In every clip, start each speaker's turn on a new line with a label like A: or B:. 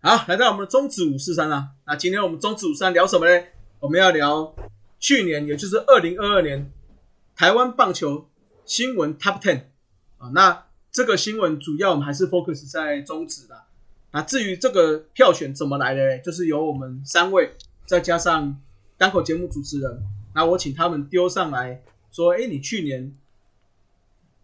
A: 好，来到我们的中指五四三啊，那今天我们中指五三聊什么呢？我们要聊去年，也就是二零二二年台湾棒球新闻 Top Ten 啊。那这个新闻主要我们还是 focus 在中指的。那至于这个票选怎么来的呢？就是由我们三位再加上单口节目主持人，那我请他们丢上来说，哎，你去年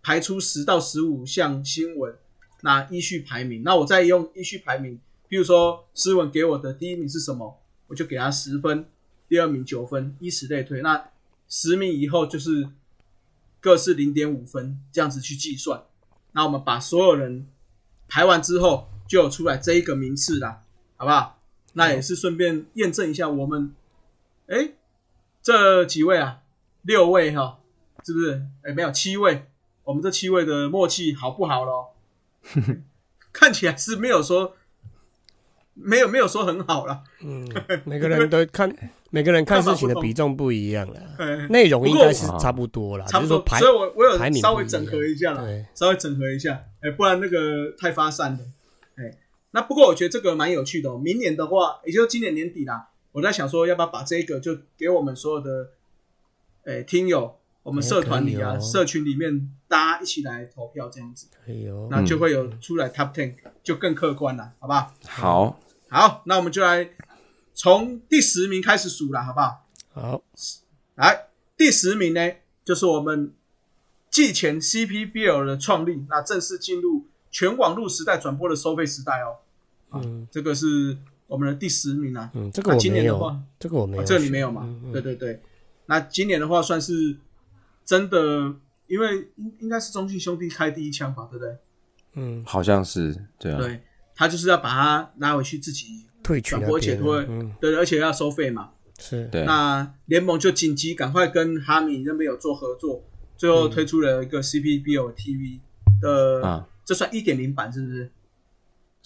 A: 排出十到十五项新闻，那依序排名，那我再用依序排名，比如说诗文给我的第一名是什么，我就给他十分，第二名九分，以此类推。那十名以后就是各是零点五分，这样子去计算。那我们把所有人排完之后，就有出来这一个名次啦，好不好？那也是顺便验证一下我们，哎，这几位啊，六位哈、是不是？哎，没有七位，我们这七位的默契好不好咯？看起来是没有说，没有没有说很好啦。
B: 嗯，每个人都 看，每个人看事情的比重不一样了，
A: 哎，
B: 内容应该是
C: 不过我
B: 差不多啦，
A: 差
B: 只
A: 不
B: 啊是说
A: 多，
B: 排
A: 所以我我
B: 排
A: 有
B: 名
A: 稍
B: 不
A: 微
B: 一
A: 整
B: 样
A: 合一下啦。
B: 对，
A: 稍微整合一下，哎、不然那个太发散了，哎、那不过我觉得这个蛮有趣的、哦。明年的话，也就是今年年底啦，我在想说要不要把这个就给我们所有的，哎、听友，我们
B: 哎
A: 社团里啊、
B: 可以哦
A: 社群里面大家一起来投票这样子，
B: 哎呦，
A: 那就会有出来 top ten，就更客观了，好不好？
C: 好，
A: 好，那我们就来从第十名开始数了，好不好？
B: 好，
A: 来，第十名呢，就是我们季前 CPBL 的创立，那正式进入全网络时代转播的收费时代哦。
B: 嗯
A: 这个是我们的第十名啊。
B: 嗯，这
A: 那
B: 个我
A: 今
B: 没
A: 年的
B: 有
A: 话，
B: 这个我没有
A: 啊
B: 选，
A: 这里没有嘛？
B: 嗯
A: 对，对对。那今年的话，算是真的，因为应应该是中信兄弟开第一枪吧，对不对？
B: 嗯，
C: 好像是对啊，
A: 对他就是要把它拉回去自己
B: 退群
A: 转
B: 那
A: 播，而且
B: 边
A: 都会
B: 了，嗯，
A: 对，而且要收费嘛。
B: 是，
C: 对，
A: 那联盟就紧急赶快跟哈米那边有做合作，最后推出了一个 CPBL TV 的，
C: 啊，
A: 这算一点零版是不是？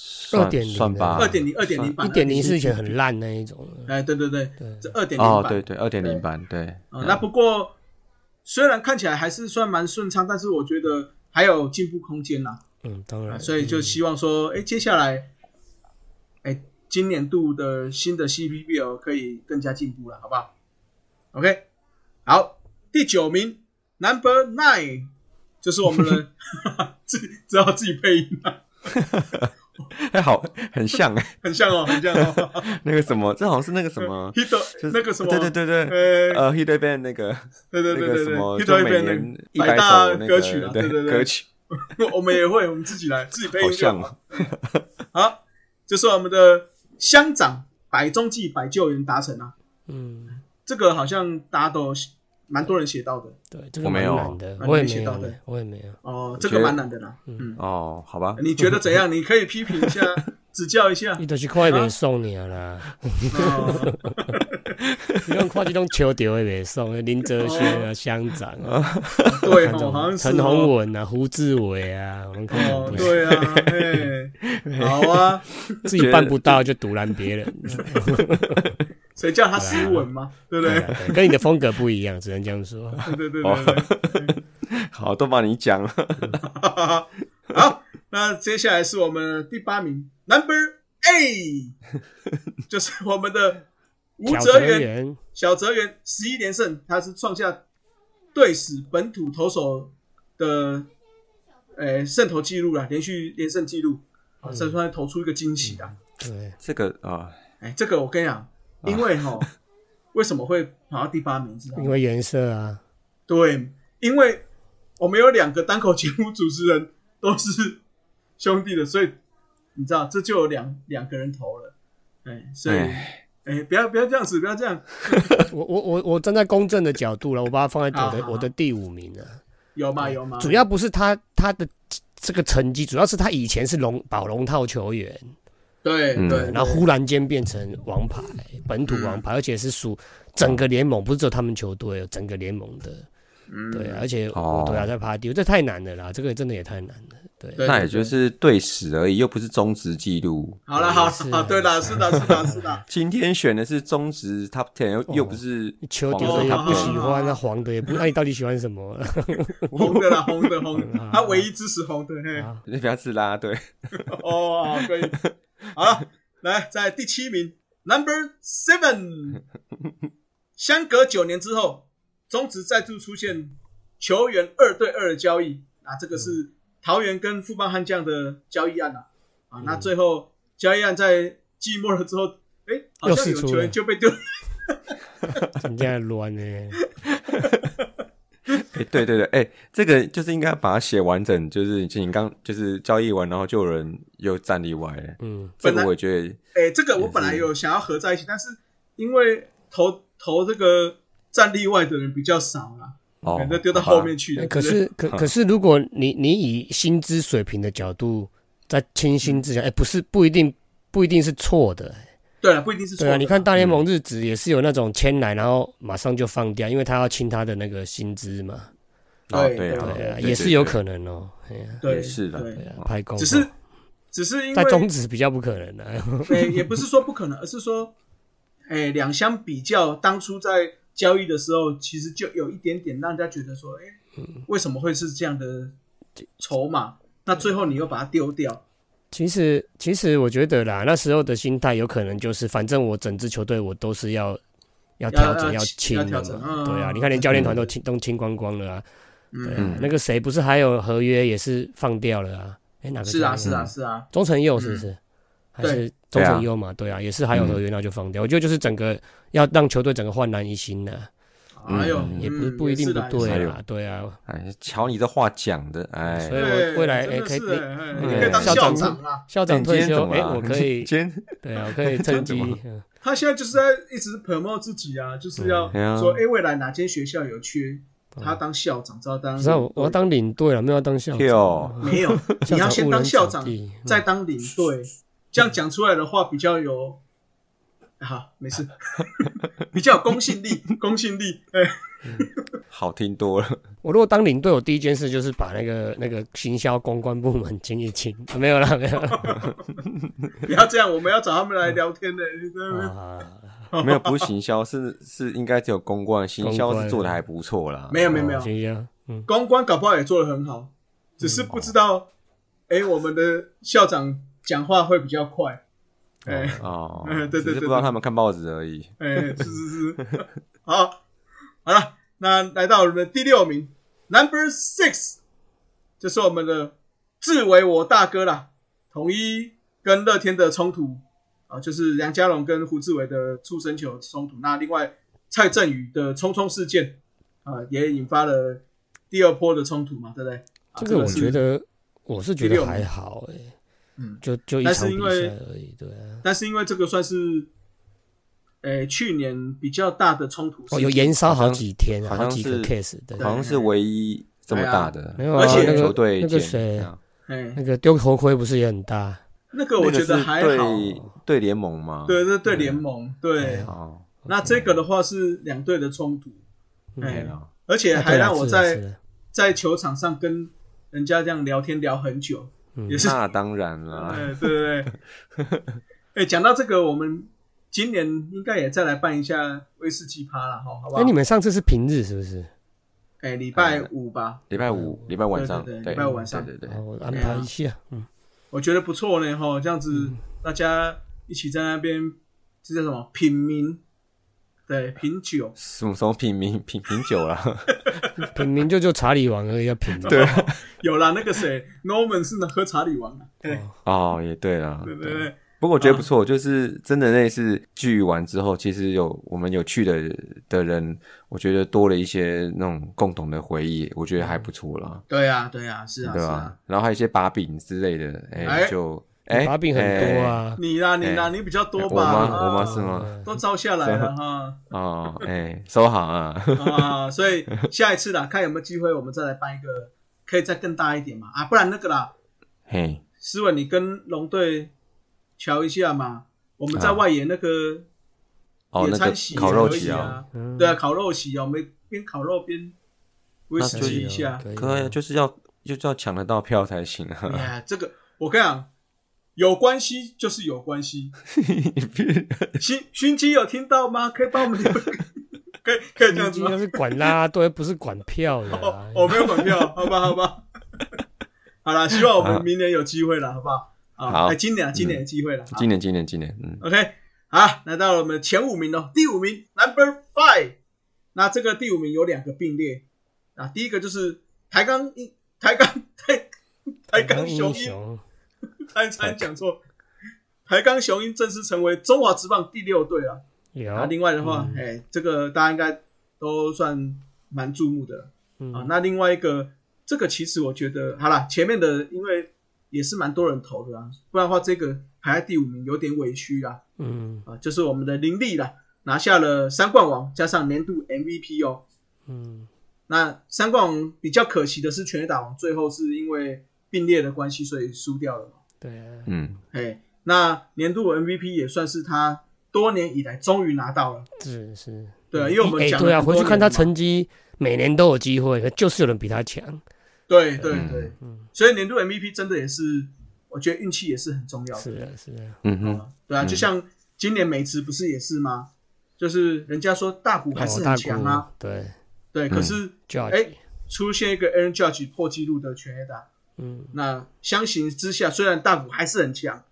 C: 算
B: 2.0
C: 算吧，
A: 二点零二点零版
B: 一
A: 啊
B: 点零是以前很烂那一种，
A: 哎，对对对，
B: 对，
A: 这二点零版
C: 哦，对对，二点零版对，
A: 啊那不过虽然看起来还是算蛮顺畅，但是我觉得还有进步空间啦，
B: 嗯，当
A: 啊
B: 然，
A: 所以就希望说，哎，接下来，哎，今年度的新的 CPBL 可以更加进步了，好不好？OK，好，第九名 Number Nine 就是我们 的自只好自己配音了，
C: 哎好，很像哎，
A: 很像哦，很像哦
C: 那个什么，这好像是那个 什么，
A: ，Hit
C: 就是
A: 呃那个什么，
C: 对对对对，
A: 呃，
C: 呃 h i t Band 那个
A: 对对
C: 那
A: 对
C: 个
A: 对
C: 什
A: 对
C: 么，
A: ，Hit
C: 就每
A: Band
C: 年一
A: 那
C: 百
A: 个百
C: 首
A: 大
C: 那
A: 歌曲
C: 个
A: 啊，对对对
C: 歌曲，
A: 我我们也会，我们自己来，自己配音
C: 好
A: 就
C: 像
A: 好
C: 哦。
A: 好，就是我们的乡长百中计百救援达成啊，
B: 嗯，
A: 这个好像大家都蛮多人写到的
B: 对，这个
C: 我没
B: 蛮
C: 有
B: 难的
A: 啊，
B: 我也
A: 你没写
B: 没
A: 到
B: 有
A: 对，
B: 我也没有，
A: 哦，这
C: 觉得
A: 个蛮难的啦。嗯，
C: 哦，好吧，
A: 你觉得怎样？你可以批评一下， 指教一下。
B: 你都是看袂爽你啊啦，
A: 哦
B: 你用看这种球队会袂爽，林哲轩啊、乡长啊，
A: 哦对
B: 看这
A: 哦，
B: 种
A: 好像是
B: 陈
A: 哦
B: 宏文啊、胡志伟啊，我们看这种
A: 哦，
B: 不行，
A: 对啊，嘿，好啊，
B: 自己办不到就堵拦别人，
A: 谁叫他斯文嘛，对不
B: 对
A: 对？
B: 啊对跟你的风格不一样，只能这样说。
A: 对对对
C: 哦
A: 对对。
C: 好，都把你讲了，
A: 好，那接下来是我们第八名，Number A，就是我们的吴
B: 小
A: 哲
B: 泽
A: 源，
B: 源，
A: 小泽源十一连胜，他是创下队史本土投手的呃胜投纪录啦，连续连胜纪录啊，这算是投出一个惊喜啦。
B: 对，
C: 这个啊，
A: 哎，这个我跟你讲，因为哈，为什么会跑到第八名？知道吗
B: 因为颜色啊，
A: 对，因为我们有两个单口节目主持人都是兄弟的，所以你知道这就有两两个人投了，哎，所以
C: 哎
A: 哎，不要不要这样子，不要这样，
B: 我我我我站在公正的角度了，我把它放在我
A: 好好
B: 的
A: 好
B: 我的第五名了。
A: 有吗有吗？
B: 主要不是他他的这个成绩，主要是他以前是龙保龙套球员，
A: 对
C: 嗯
A: 对，
B: 然后忽然间变成王牌，本土王牌，而且是属整个联盟，不是只有他们球队，哦整个联盟的。
A: 嗯
B: 对，而且
C: 哦
B: 我对啊，在趴丢，这太难了啦，这个真的也太难了。对，
A: 对
C: 那
A: 对
C: 也就
A: 对
C: 是对史而已，又不是中职记录。
A: 好了好了
B: 是
A: 好，对啦，是的是的是 的，
C: 今天选的是中职 Top Ten，又又不是
B: 哦球
C: 黄
B: 丢
C: 色
B: 的也
C: Top
B: 不
C: Ten
B: 喜欢，那黄的也不，那你到底喜欢什么？
A: 红的啦红的红的
B: 好，
A: 他唯一支持红的，嘿，
B: 啊
C: 你不要自拉，对，
A: 哦，好可以，好了，来，在第七名，Number Seven，相隔九年之后，中职再度出现球员二对二的交易啊，这个是桃园跟富邦悍将的交易案啊。啊，那最后交易案在寂寞了之后，哎，好像有
B: 又释出
A: 球
B: 了
A: 员就被丢，
B: 真的乱 呢。
C: 哎、对对对，哎、这个就是应该把它写完整，就是就你刚就是交易完，然后就有人又站例外了。
B: 嗯，
C: 这
A: 本来
C: 个我觉得
A: 哎，这个我本来有想要合在一起，但是因为投投这个战例外的人比较少啦，
C: 哦
A: 可能都丢到后面
C: 去。
A: 去了。
B: 哎可
A: 对不对
B: 是可可是，如果你你以薪资水平的角度在清薪之下，哎、不是不一定不一定是错的。
A: 对了，不一定是错
B: 对啊，
A: 的。
B: 你看大联盟日职也是有那种签来，然后马上就放掉，因为他要清他的那个薪资嘛。
C: 哦
A: 对
C: 对
A: 对
C: 啊
B: 对啊，
C: 对
B: 也是有可能哦、哎呀、
A: 对，
C: 也是啦哦
A: 对
B: 对啊，拍工
A: 只是只是因为
B: 在中职比较不可能的、啊。
A: 诶、也不是说不可能，而是说，诶、两相比较，当初在交易的时候，其实就有一点点让人家觉得说，诶、
B: 嗯
A: 为什么会是这样的筹码？那最后你又把它丢掉，
B: 其实，其实我觉得啦，那时候的心态有可能就是，反正我整支球队我都是要要调整、
A: 要要
B: 清
A: 要
B: 的
A: 调整
B: 嘛。
A: 嗯
B: 对啊，你看连教练团都清、都清光光了啊。对啊
A: 嗯，，
B: 那个谁不是还有合约也是放掉了啊？哎，哪个
A: 是啊，
B: 教练
A: 是啊，是啊，
B: 中诚佑是不是？还是中诚佑嘛？对啊，也是还有合约，那就放掉。我觉得就是整个要让球队整个焕然一新的、
A: 哎呦，
C: 嗯
B: 也不、
A: 嗯
B: 不一定不
A: 也
B: 对
A: 是啦
C: 也
B: 啦，对啊。
C: 哎，瞧你这话讲的，哎
B: 所，以
A: 也是
B: 我未来哎
A: 对
B: 可
A: 真
B: 以
A: 的是，哎
B: 你
A: 你可以当
B: 校
A: 校
B: 长
A: 长啦。
B: 校
C: 哎
B: 长
C: 你今
B: 退
C: 天怎
B: 休，
C: 么
B: 哎、
C: 了？
B: 我可以，
C: 今天
B: 对啊，我可以趁机
C: 今天怎，啊
B: 嗯
A: 他现在就是在一直 promote 自己啊，就是要
C: 对啊
A: 说，哎、未来哪间学校有缺，他当校长，知道当
B: 不是啊我我要当领队了，没有要当
C: 哎
B: 校长。
C: 跳
A: 没有，你要先当校长
B: 误人子弟，嗯
A: 再当领队，这样讲出来的话比较有，好，没事， 比较有公信力，公信力，哎、
C: 好听多了，
B: 我如果当领队，我第一件事就是把那个那个行销公关部门清一清。啊没有啦，没 有啦。
A: 不要这样，我们要找他们来聊天的，你在那边
B: 啊
C: 没有不是行销，是是应该只有公关，行销是做的还不错啦。
A: 没有没有没有，
B: 行销，嗯，
A: 公关搞不好也做得很好，只是不知道，哎、我们的校长讲话会比较快，哎、
C: 哦
A: 哎， 对对对
C: 只是不知道他们看报纸而已。
A: 哎、是是是，好，好了，那来到我们的第六名，Number Six，就是我们的志伟我大哥啦，统一跟乐天的冲突啊，就是梁家龙跟胡志伟的出生球冲突。那另外蔡振宇的冲冲事件啊，也引发了第二波的冲突嘛，对不对？啊
B: 这个我
A: 是
B: 觉得我是觉
A: 第六
B: 得
A: 名
B: 还好哎、
A: 嗯
B: 就就一
A: 但是
B: 场比
A: 因
B: 赛
A: 为
B: 而已，对啊。
A: 但是因为这个算是，诶、去年比较大的冲突事件，
B: 哦，有延烧好几天，啊
C: 好像
B: 好几个
C: 是
B: case，对。
C: 好像是唯一这么大的，
B: 没有啊
A: 而且那个
C: 球队
B: 那个
C: 见
B: 谁
C: 这样
A: 哎、
B: 那个丢头盔不是也很大？
A: 那个我觉得还好。
C: 那个是对对联盟吗？
A: 对，这哦对联盟，对
B: 对。
C: 哦，
A: 那这个的话是两队的冲突，
C: 没
A: 哎
C: 有啊，
A: 而且
B: 啊
A: 还
B: 嗯对啊
A: 让我
B: 是啊
A: 在
B: 是啊
A: 在球场上跟人家这样聊天聊很久，
B: 嗯啊
A: 也是，
C: 那当然啦，
A: 哎，对对对。 哎，讲到这个，我们今年应该也再来办一下威士忌趴了哈，好不好
B: 哎，你？们上次是平日是不是？
A: 哎，礼拜五
B: 哎
A: 吧，
C: 礼拜五礼拜晚上，
A: 对对对
C: 对
A: 礼拜五晚上
C: 对对对
B: 哦，，我安
A: 啊
B: 排一下，嗯，
A: 我觉得不错呢，哈，这样子大家一起在那边，这叫什么品茗？对，品酒。
C: 什么什么品名 品品酒啦，
B: 平民就就查理王而已，要平民。
C: 对
A: 有啦，那个谁，Norman 是喝茶里王啊，对
C: 哦，也对啦，
A: 对啊对对。
C: 不过我觉得不错，就是真的类似聚完之后，其实有我们有去的的人，我觉得多了一些那种共同的回忆，我觉得还不错啦，
A: 对啊，对啊，是啊，
C: 对
A: 是
C: 吧、
A: 啊。
C: 然后还有一些把柄之类的，哎、
A: 哎
C: 就哎，
B: 把柄很多啊，哦
A: 你啦，你啦，
C: 哎
A: 你比较多
C: 哎。我
A: 吧？
C: 妈
A: 啊
C: 我妈是吗？
A: 都招下来了哈
C: 哦，哎，收好啊，
A: 啊，所以下一次啦，看有没有机会，我们再来办一个，可以再更大一点嘛啊，不然那个啦，
C: 嘿，
A: 思文你跟龙队瞧一下嘛，我们在
C: 啊
A: 外野那个野
C: 哦，那个
A: 餐席
C: 烤肉
A: 也可以
C: 席啊，
A: 啊，对啊，烤肉席啊，我们边烤肉边威士忌一下，
B: 可以
C: 可以啊，
B: 啊，
C: 就是要就是要抢得到票才行
A: 哎
C: 啊，
A: 呀，这个我跟你讲，有关系就是有关系。熏熏鸡有听到吗？ 可以帮我 们留，可以可以这样子
B: 今
A: 吗哦
B: 天？是管啦啦队，不是管 票的啊。
A: 我没有管票，好吧，好吧。好啦，希望我们明年有机会了，好不好？啊，
C: 好
A: 哎今年啊，今年有机会了。好
C: 今年今年今年，嗯，
A: OK，好，来到了我们前五名哦，第五名 Number Five。那这个第五名有两个并列啊，第一个就是抬杠英抬 杠抬抬杠雄
B: 英
A: 鹰，
B: 雄，
A: 才才讲错，抬杠雄鹰正式成为中华职棒第六队了。
B: 有
A: 啊，另外的话，哎、这个大家应该都算蛮注目的了。啊，
B: 嗯
A: 那另外一个，这个其实我觉得，好啦，前面的因为也是蛮多人投的啊，不然的话这个排在第五名有点委屈啦。
B: 嗯
A: 啊，就是我们的林立啦，拿下了三冠王加上年度 MVP 哦。
B: 嗯
A: 那三冠王比较可惜的是全垒打王，最后是因为并列的关系，所以输掉了嘛。
B: 对啊，
C: 嗯，
A: 哎，那年度 MVP 也算是他多年以来终于拿到了。
B: 是是，
A: 对啊
B: 嗯
A: 因为我们
B: 哎
A: 讲了
B: 对啊，
A: 很多
B: 回去看
A: 年
B: 他
A: 嘛
B: 成绩，每年都有机会，就是有人比他强，
A: 对对
C: 嗯
A: 对，
B: 嗯
A: 所以年度 MVP 真的也是，我觉得运气也是很重要的。
B: 是啊是啊，
C: 嗯哼，
A: 啊对啊，就像今年美职不是也是吗？就是人家说大股还是
B: 哦
A: 很
B: 大
A: 强
B: 谷
A: 啊，
B: 对
A: 对，可是哎
B: ，Judge，
A: 出现一个 Aaron Judge 破纪录的全垒打，
B: 嗯
A: 那相形之下，虽然大股还是很强，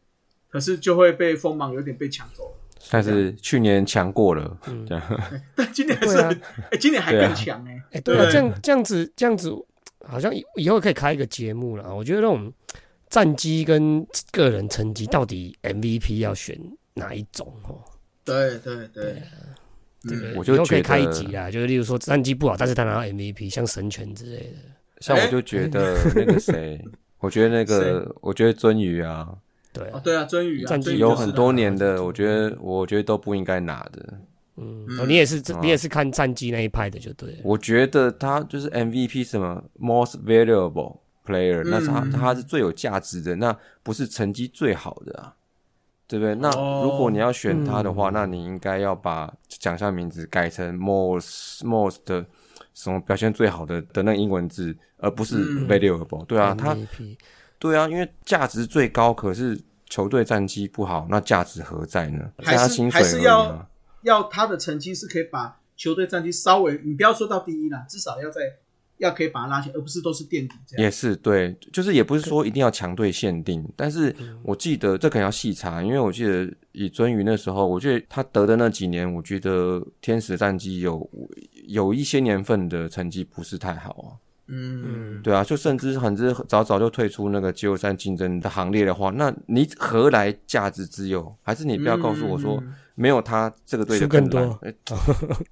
A: 可是就会被锋芒有点被抢走了。
C: 但是去年强过了，
B: 嗯
C: 这，样，
A: 但今年还是
B: 对啊
A: 很，哎，今年还
C: 对啊
A: 更强哎，
B: 哎，对啊，
A: 对
B: 这样这样子这样子，好像以以后可以开一个节目了，我觉得那种战绩跟个人成绩到底 MVP 要选哪一种哦？
A: 对对对
B: 对，这个
C: 我就
B: 以后可以
C: 觉得
B: 开一集啊啦，就是例如说战绩不好，但是他拿到 MVP，像神拳之类的。
C: 像我就觉得那个谁，我觉得那个，我觉得尊宇啊，
B: 对
A: 哦
B: 啊，
A: 对啊，尊宇啊，
B: 战绩
A: 尊宇就是
B: 对
C: 有
A: 啊
C: 很多年的，我觉得我觉得都不应该拿的。
B: 嗯，
A: 嗯
B: 哦你也是这
C: 啊
B: 你也是看战绩那一派的就对了。
C: 我觉得他就是 MVP 什么 Most Valuable Player，、
A: 嗯
C: 那是他他是最有价值的，那不是成绩最好的啊，对不对？那
A: 哦
C: 如果你要选他的话，
B: 嗯
C: 那你应该要把奖项名字改成 Most Most 的什么表现最好的的那个英文字，而不是
A: 嗯
C: Valuable、对啊，他
B: MVP
C: 对啊，因为价值最高，可是球队战绩不好，那价值何在呢？
A: 还是
C: 他薪水
A: 还是
C: 而已
A: 要
C: 啊。
A: 要他的成绩是可以把球队战绩稍微，你不要说到第一啦，至少要在要可以把它拉起来，而不是都是垫底这样。
C: 也是对，就是也不是说一定要强队限定，但是
A: 嗯
C: 我记得这可能要细查，因为我记得以尊宇那时候，我觉得他得的那几年，我觉得天使的战绩有有一些年份的成绩不是太好啊。
A: 嗯，
C: 对啊，就甚至很是早早就退出那个季后赛竞争的行列的话，那你何来价值之有？还是你不要告诉我说、
A: 嗯
C: 没有他这个队的
B: 输更
C: 烂
B: 多
C: 哎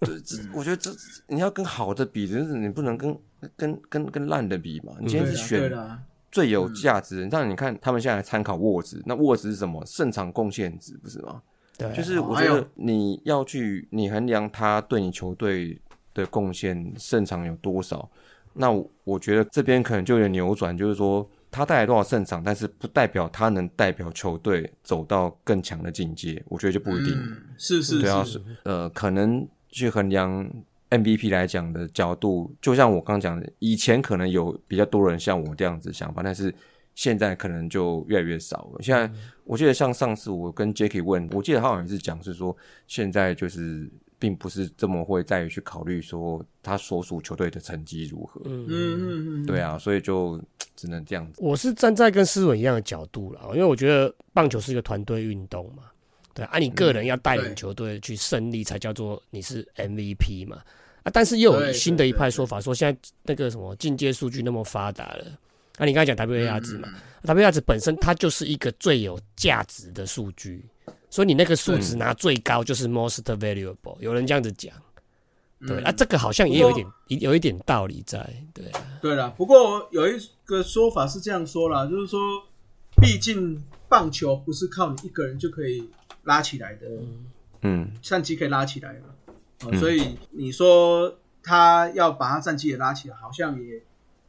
C: 对，这我觉得这你要跟好的比，就是你不能跟跟跟跟烂的比嘛。你今
A: 对
B: 嗯
A: 啊
C: 天是
A: 啦
C: 选
A: 对啦，
C: 最有价值的。那你看他们现在参考沃值，那沃值是什么？胜场贡献值不是吗？
B: 对啊，
C: 就是我
A: 哎
C: 觉
A: 呦
C: 得你要去你衡量他对你球队的贡献胜场有多少。那我我觉得这边可能就有点扭转，就是说他带来多少胜场，但是不代表他能代表球队走到更强的境界，我觉得就不一定。
A: 嗯是是
C: 对啊，
A: 是
C: 是，呃，可能去衡量 MVP 来讲的角度，就像我刚讲的，以前可能有比较多人像我这样子想法，但是现在可能就越来越少了。现在我记得像上次我跟 Jacky 问，我记得他好像也是讲是说，现在就是并不是这么会在于去考虑说他所属球队的成绩如何。
A: 嗯嗯嗯，
C: 对啊，所以就只能这样子。
B: 我是站在跟思文一样的角度啦，因为我觉得棒球是一个团队运动嘛，对啊，啊你
A: 嗯
B: 个人要带领球队去胜利才叫做你是 MVP 嘛，啊，但是又有
A: 对
B: 新的一
A: 对
B: 派
A: 对
B: 说法说现在那个什么进阶数据那么发达了，啊，你刚才讲 WAR 值嘛
A: 嗯，
B: ，WAR 值本身它就是一个最有价值的数据，所以你那个数值拿最高就是 most valuable，有人这样子讲，
A: 嗯
B: 对
A: 嗯
B: 啊，这个好像也有一点有一点道理在，对啊，
A: 对了，不过有一个说法是这样说啦，就是说，毕竟棒球不是靠你一个人就可以拉起来的，
C: 嗯，
A: 战绩可以拉起来嘛、呃
C: 嗯
A: 所以你说他要把他战绩也拉起来，好像也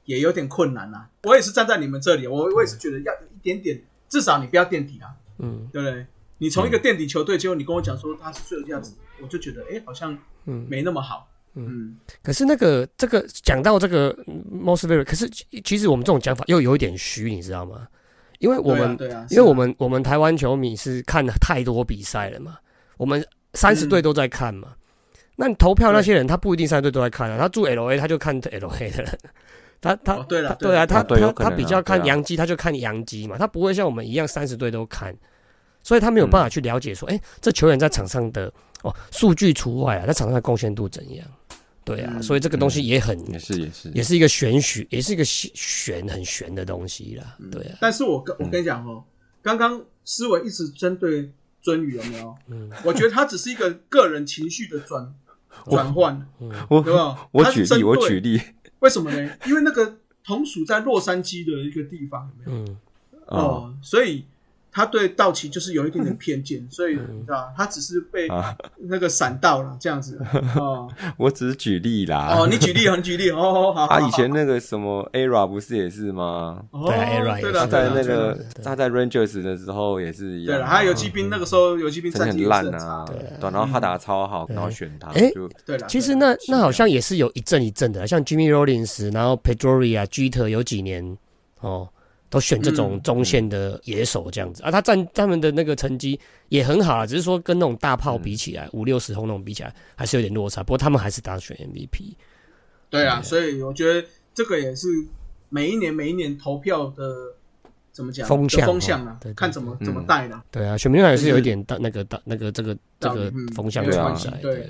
A: 也有点困难啦。我也是站在你们这里，我我也是觉得要有一点点，至少你不要垫底啦，
B: 嗯
A: 对不对？你从一个垫底球队，结果你跟我讲说他是最有价值，我就觉得哎、诶好像
B: 嗯。
A: 没那么好。嗯
B: 嗯可是那个这个讲到这个 most v a l u a 可是其其实我们这种讲法又有一点虚，你知道吗？因为我
A: 对
B: 们、
A: 啊对啊，
B: 因为我
A: 是啊
B: 们我们台湾球迷是看了太多比赛了嘛，我们三十
A: 嗯
B: 队都在看嘛。那你投票那些人，他不一定三十队都在看啊，他住 L A 他就看 L A 的人，他他
A: 哦对了
B: 他
A: 对
B: 对啊，
A: 了
B: 他
C: 啊对
B: 他
C: 有可
B: 他
C: 能
B: 比
C: 啊
B: 较看
C: 对啊
B: 洋基，他就看洋基嘛，他不会像我们一样三十队都看，所以他没有办法去了解说，哎，这球员在场上的哦数据除外啊，在场上的贡献度怎样？对啊，
A: 嗯
B: 所以这个东西也很
C: 嗯也是也是
B: 也是一个玄学，也是一个玄很玄的东西啦。
A: 嗯
B: 对啊，
A: 但是我跟我跟你讲哦，刚刚思维一直针对尊宇有没有？
B: 嗯
A: 我觉得他只是一个个人情绪的转转换，
C: 我
A: 对吧？
C: 我
A: 他
C: 举
A: 是针
C: 例，我
A: 对
C: 举例，
A: 为什么呢？因为那个同属在洛杉矶的一个地方，有没有？
B: 嗯
C: 哦
A: 哦，所以他对道奇就是有一点点偏 见，所以你知道，他只是被
C: 嗯啊，
A: 那个闪到了这样 子。哦
C: 我只是举例啦。
A: 哦，你举例哦，你举例哦哦，好好好
C: 啊，以前那个什么 ERA 不是也是吗？
A: 哦，
B: 对啊
A: 对
B: ，Era
A: 了，
B: 也是
A: 对
C: 他
A: 了，
C: 在那
A: 对了
C: 个他在 Rangers 的时候也是一
A: 对
C: 样
A: 了，
C: 啊，
A: 还有游击兵那个时候游击兵
C: 成绩
A: 战绩
C: 很
A: 也是
C: 烂
A: 很差，
C: 啊，
B: 对
C: 对，
A: 嗯
C: 然后他打得超好，然后选他
B: 诶
C: 就
A: 对了，
B: 其实
A: 啊对啦
B: 那那好像也是有一阵一阵的啊，像 Jimmy Rollins，然后 Pedroia、Jeter 有几年哦，都选这种
A: 嗯
B: 中线的野手这样子、啊。他占他们的那个成绩也很好啊，只是说跟那种大炮比起
A: 嗯
B: 来，五六十轰那种比起来，还是有点落差。不过他们还是当选 MVP。
A: 对
C: 嗯
A: 啊，所以我觉得这个也是每一年每一年投票的怎么讲
B: 风向
A: 的风向啊
B: 哦对对，
A: 看怎么
C: 对
A: 怎么带啦。
B: 对啊，选民也是有一点大那个大那个这个这
A: 道
B: 个
A: 理嗯
B: 风向
A: 没
C: 有
B: 存
C: 关
B: 在
A: 系。
B: 对
A: 对
B: 啊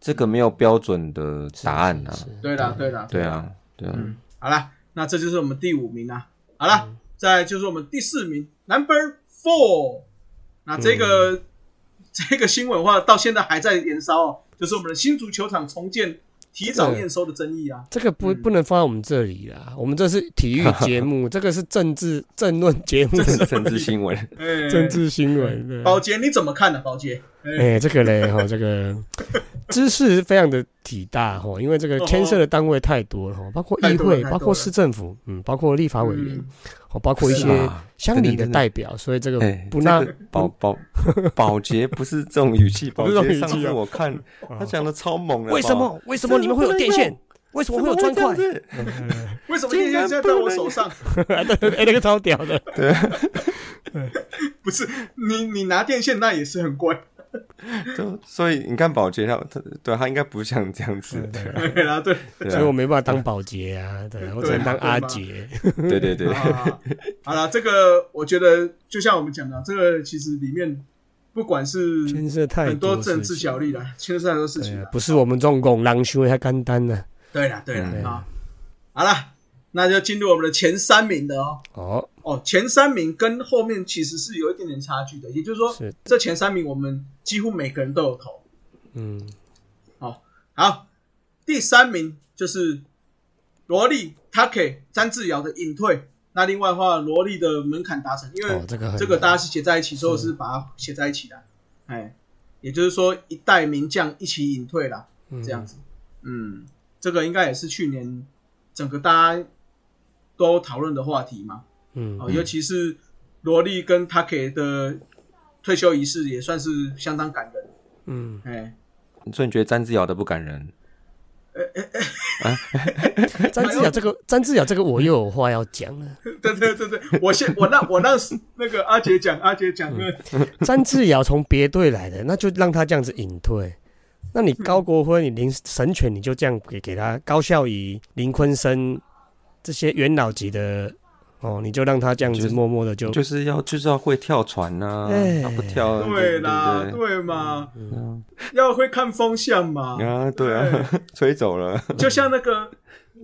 C: 这个没有标准的答案啊
B: 是，是
A: 对啦，对啦，
C: 对，啊，对啊，
A: 嗯，好啦，那这就是我们第五名啦。好啦，
B: 嗯
A: 再来就是我们第四名，Number Four。那这个、
B: 嗯
A: 这个新闻的话，到现在还在延烧哦，就是我们的新足球场重建提早验收的争议啊。
B: 这个不
A: 嗯
B: 不能放在我们这里啦，我们这是体育节 目，这个是政治政论节目，
C: 政治新 闻，
A: 哎，
B: 政治新闻。对
A: 宝杰你怎么看呢、宝杰，
B: 哎、这个嘞，哈，这个知识非常的体大哈，因为这个牵涉的单位太多了哈，包括议
A: 哦太多了
B: 会，
A: 太
B: 包括
A: 多
B: 市政府，嗯，包括立法委员
A: 嗯，
B: 哦、包括一
C: 是
B: 些
C: 啊
B: 乡里
C: 真的
B: 的
C: 真的
B: 代表，所以这个
C: 哎，
B: 不那
C: 这个保保保洁不是这种语气，
B: 不
C: 保
B: 是这种语气啊
C: 洁
B: 哦
C: 上次我看他讲的超猛的，
B: 为什么为什么你们会有电线？为什
C: 好
B: 么
C: 不
B: 会
C: 好？
B: 有砖块？
C: 怎么会这样子
A: 为什么
C: 竟
A: 现在
C: 然
A: 在
C: 不能
A: 我手上？
B: 哎、那个超屌的，
A: 不是你，你拿电线那也是很 怪。
C: 就所以你看保洁他他对他应该不像这样子，
B: 对
C: 对
A: 对啦，对，
C: 对
B: 所以我
C: 啊
B: 没办法当保洁啊，对，我只能当阿杰。
C: 对对对，
A: 啊，好了，这个我觉得就像我们讲的，这个其实里面不管是
B: 牵涉太
A: 很多
B: 多
A: 政
B: 事
A: 治
B: 情
A: 角力啦，牵涉很多事
B: 对
A: 情
B: 啊
A: 啦，。
B: 不是我们这种拱狼兄太干单了、
A: 对啦，对啦
C: 嗯
A: 啊，好啦，那就进入我们的前三名的哦。
B: 哦，
A: 哦，前三名跟后面其实是有一点点差距的，也就是说，
B: 是，
A: 这前三名我们几乎每个人都有投。哦
B: 嗯，
A: 好，第三名就是罗莉、Take、詹志尧的隐退。那另外的话，罗莉的门槛达成，因为
B: 哦，这个很
A: 嗯这个大家是写在一起，所以我是把它写在一起的。哎，也就是说一代名将一起隐退啦，这样子。嗯，这个应该也是去年整个大家都讨论的话题嘛。
B: 嗯，
A: 哦，
B: 嗯，
A: 尤其是罗莉跟 Take 的退休仪式也算是相当感人。
B: 嗯，
A: 哎，
C: 所以你觉得詹志尧的不感人？
B: 詹志尧这个詹志尧这个我又有话要讲 了。
A: 对对对对，我先我让我让那个阿杰讲，阿杰讲，
C: 嗯
A: 因为
B: 詹志尧从别队来的，那就让他这样子隐退。那你高国辉、你林神犬，你就这样给给他高孝仪、林坤生这些元老级的哦，你就让他这样
C: 就
B: 子
C: 是
B: 默默的就
C: 就是要就是要会跳船呐
B: 哎，
C: 他不跳，
A: 对啦，
C: 对不
A: 对嘛，
C: 嗯
A: 要会看风向嘛，
C: 啊，对啊， 吹走了，
A: 就像那个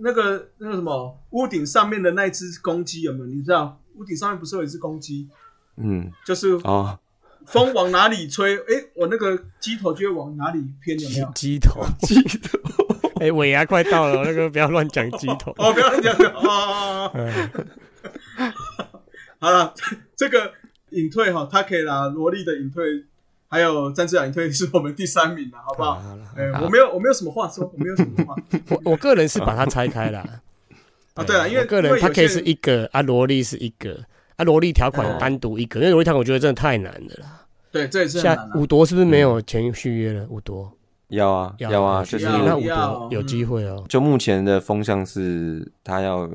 A: 那个那个什么屋顶上面的那一只公鸡有没有？你知道屋顶上面不是有一只公鸡，
C: 嗯，
A: 就是
C: 哦，
A: 风往哪里吹，诶，我那个鸡头就会往哪里偏，有没
B: 鸡
A: 有？
B: 鸡头。
C: 记得
B: 哎、尾牙快到了，那个不要乱讲鸡头。
A: 哦，不要讲了，哦哦哦，
B: 嗯
A: 好了， 这个隐退哈，他可以啦，萝莉的隐退，还有詹志尧隐退是我们第三名了，好不
B: 好了
A: 好？
B: 好了，
A: 哎、我没有，我没有什么话说，我没有什么话
B: 我我个人是把它拆开 了。
A: 啊。对了，因为
B: 哎我个
A: 因
B: 人
A: 为
B: 他
A: 有
B: 可
A: 些
B: 以是一个，啊，萝莉是一个，啊，萝莉条款单独一个，因为萝莉条款我觉得真的太难了啦。
A: 对，这也是很难
B: 下
A: 啊
B: 五夺是不是没有前续约了？五夺
C: 要啊嗯要啊，就是
A: 要
B: 那五
A: 要
B: 夺有机会哦。
C: 就目前的风向是他要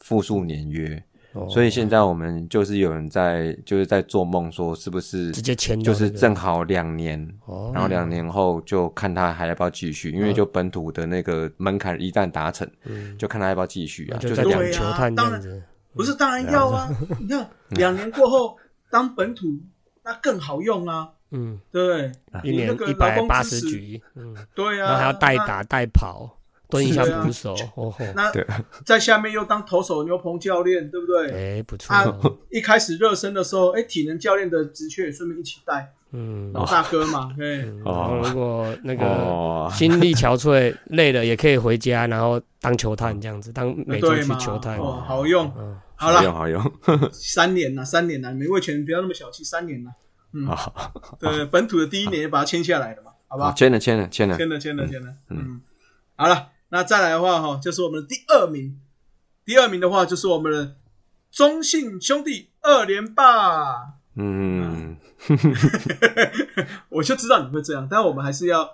C: 复数年约，啊
B: 哦
C: 所以现在我们就是有人在就是在做梦，说是不是
B: 直接签到
C: 就是
B: 那个
C: 正好两年，
B: 哦，嗯
C: 然后两年后就看他还要不要继续，因为就本土的那个门槛一旦达成，就看他要不要继续
B: 那
C: 啊，
B: 嗯就
C: 就
B: 在
C: 是
A: 对
C: 两
B: 讲
A: 啊
B: 球探这样子，
A: 不是，当然要啊！你看两年过后当本土，那更好用啊，
B: 嗯，
A: 对不对？
B: 一
A: 你
B: 年
A: 那个
B: 一
A: 劳
B: 百
A: 工
B: 八
A: 支
B: 十
A: 持
B: 局，嗯，
A: 对啊，
B: 然后还要代
A: 那。
B: 打代跑，蹲一下
A: 是啊
B: 捕手，哦吼，
A: 那
C: 对
A: 在下面又当投手牛棚教练，对不对？
B: 哎，不错
A: 啊
B: 哦，
A: 一开始热身的时候，哎，体能教练的职缺也顺便一起带，
B: 嗯，
A: 老大哥 嘛，哎，
B: 然后如果那个
C: 哦，
B: 心力憔悴累了，也可以回家，然后当球探这样子，当每周
A: 呃对
B: 去
A: 嘛
B: 球，探，
A: 哦，好用。
B: 嗯，
A: 好
C: 好
A: 了
C: 用，好用，
A: 三年了，三年了，美味全不要那么小气，三年了。嗯，对，本土的第一年也把它签下来了嘛，好吧？
C: 签了签了签了，
A: 签了，签了，签了。嗯，好了，那再来的话哈，就是我们的第二名，第二名的话就是我们的中信兄弟二连霸。
C: 嗯，
A: 我就知道你会这样，但我们还是要，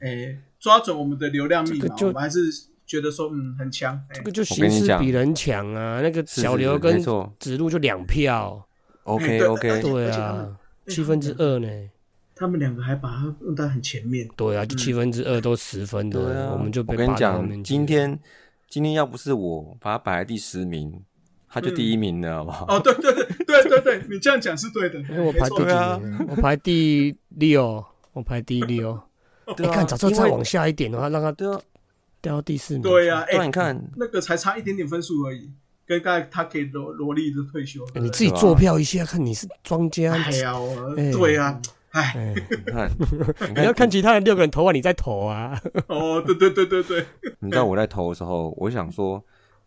A: 诶、抓准我们的流量密
B: 这个
A: 码，
B: 就
A: 我们还是觉得说，嗯，很强。诶
B: 这个就
C: 我
B: 形
C: 跟你
B: 势
C: 讲
B: 比人强啊，那个
C: 是
B: 小
C: 是
B: 刘
C: 是
B: 跟
C: 没错
B: 子路就两票，
A: 哎
C: ，OK
A: 对
C: OK，
A: 对
B: 对
A: 而且他们
B: 啊，七分之二呢。
A: 他们两个还把它弄到很前面，
B: 对啊，就七分之二都十分的，
C: 嗯对啊，
B: 我们就被
C: 我跟你
B: 拔到后面去
C: 讲，今天今天要不是我把他摆在第十名，他就第一名了，好不好？
A: 哦，对对对对对对，你这样讲是对的，
B: 因为哎我
A: 没
B: 排
A: 错
B: 第几名啊？我排第六，我排第六。
A: 哦
C: 对
B: 你
C: 啊
B: 看，早知道
C: 因
B: 再
C: 为
B: 往下一点的话，让他
C: 对啊，
B: 掉到第四名。
A: 对呀、
B: 欸
A: 啊，哎、
C: 对啊，你看，
A: 那个才差一点点分数而已，跟刚才他给罗罗莉的退休，
C: 哎
B: 哎你自己
C: 啊
B: 做票一下，看你是庄家。
A: 哎呀，我
B: 哎
A: 对呀、哎，
B: 哎
C: 你看，你
B: 你要
C: 看，
B: 看其他人六个人投完，你再投啊。
A: 哦，对对对对对，
C: 你知道我在投的时候，我想说，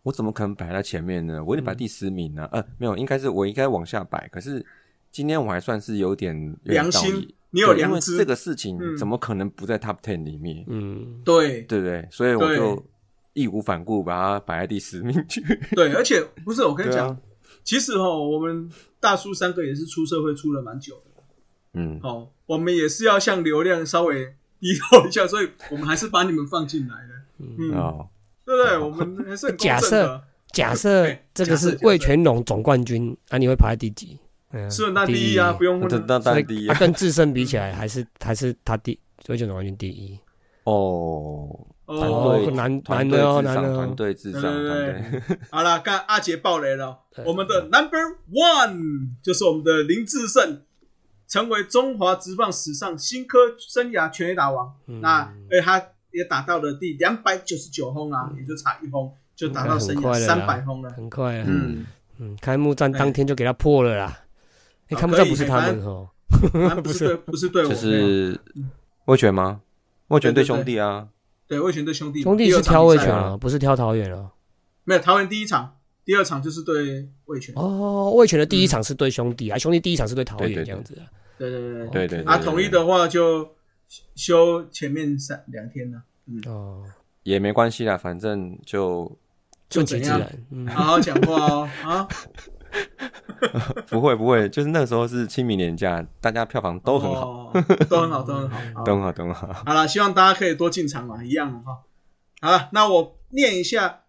C: 我怎么可能摆在前面呢？我一定摆第十名呢、呃，没有，应该是我应该往下摆。可是今天我还算是有点有点
A: 良
C: 道
A: 心
C: 理，
A: 你有
C: 对因
A: 良
C: 为
A: 知，
C: 这个事情
A: 嗯
C: 怎么可能不在 Top Ten 里面？
B: 嗯，
A: 对
C: 对不对？所以我
A: 对
C: 就义无反顾把它摆在第十名 去。
A: 对，而且不是我跟你
C: 对
A: 讲，
C: 啊，
A: 其实哈，我们大叔三个也是出社会出了蛮久的，
C: 嗯，
A: 哦，我们也是要向流量稍微低头一下，所以我们还是把你们放进来的，嗯，
C: 哦，
A: 对不对？我们还是很公
B: 假
A: 正
B: 设
A: 的，
B: 假设
A: 哎
B: 这个
A: 假设
B: 是
A: 假设
B: 魏全龙总冠军啊，你会排在第几？嗯，
A: 是那第一啊，不用
C: 那
A: 问啊，
C: 那当
B: 所以
C: 然第一
B: 啊
C: 啊
B: 跟智胜比起来，还是还是他第魏全龙冠军第一。
C: 哦，团
A: 哦，
C: 队
B: 难
C: 团
B: 难
C: 队
B: 的哦，
C: 至
B: 难
C: 上，
B: 的
C: 团
B: 哦。
C: 队至上，
A: 对对对
C: 团队。
A: 好了，看阿杰爆雷了，我们的 Number One 就是我们的林志胜。成为中华职棒史上新科生涯全垒打王，
B: 嗯
A: 那而且他也打到了第两百九十九轰啊，也就差一轰就达到生
B: 嗯很快
A: 涯
B: 了
A: 三
B: 啦
A: 百轰 了。
B: 很快啊，
A: 嗯，
B: 嗯，开幕战当天就给他破了啦。哎，
A: 啊
B: 开幕
A: 可
B: 战
A: 以
B: 不是他们哦，
A: 啊不是对，不是对我，
C: 就是魏权吗？魏权
A: 对
C: 对
A: 对对
C: 兄弟啊，
A: 对魏权对兄弟，
B: 兄弟
A: 第二
B: 是
A: 场
B: 挑魏
A: 比赛
B: 权
A: 嘛
B: 啊，不是挑桃园哦。
A: 没有桃园第一场，第二场就是对魏权，
B: 哦，魏权的第一场是对兄弟啊，兄弟第一场是对桃
C: 对
B: 园
C: 对
B: 这样子啊。
A: 对对对对。
C: 对对对
A: 啊，
C: 对
A: 统一的话就休前面三两天了，
B: 哦，
C: 也没关系啦，反正就
B: 顺其自
A: 就
B: 然。嗯，
A: 好好讲话哦啊，
C: 不会不会，就是那时候是清明年假，大家票房都很好，
A: 好，哦都很好，都很好。好
C: 都很好，都很好。
A: 好了，希望大家可以多进场嘛，一样的啊哈。好了，那我念一下，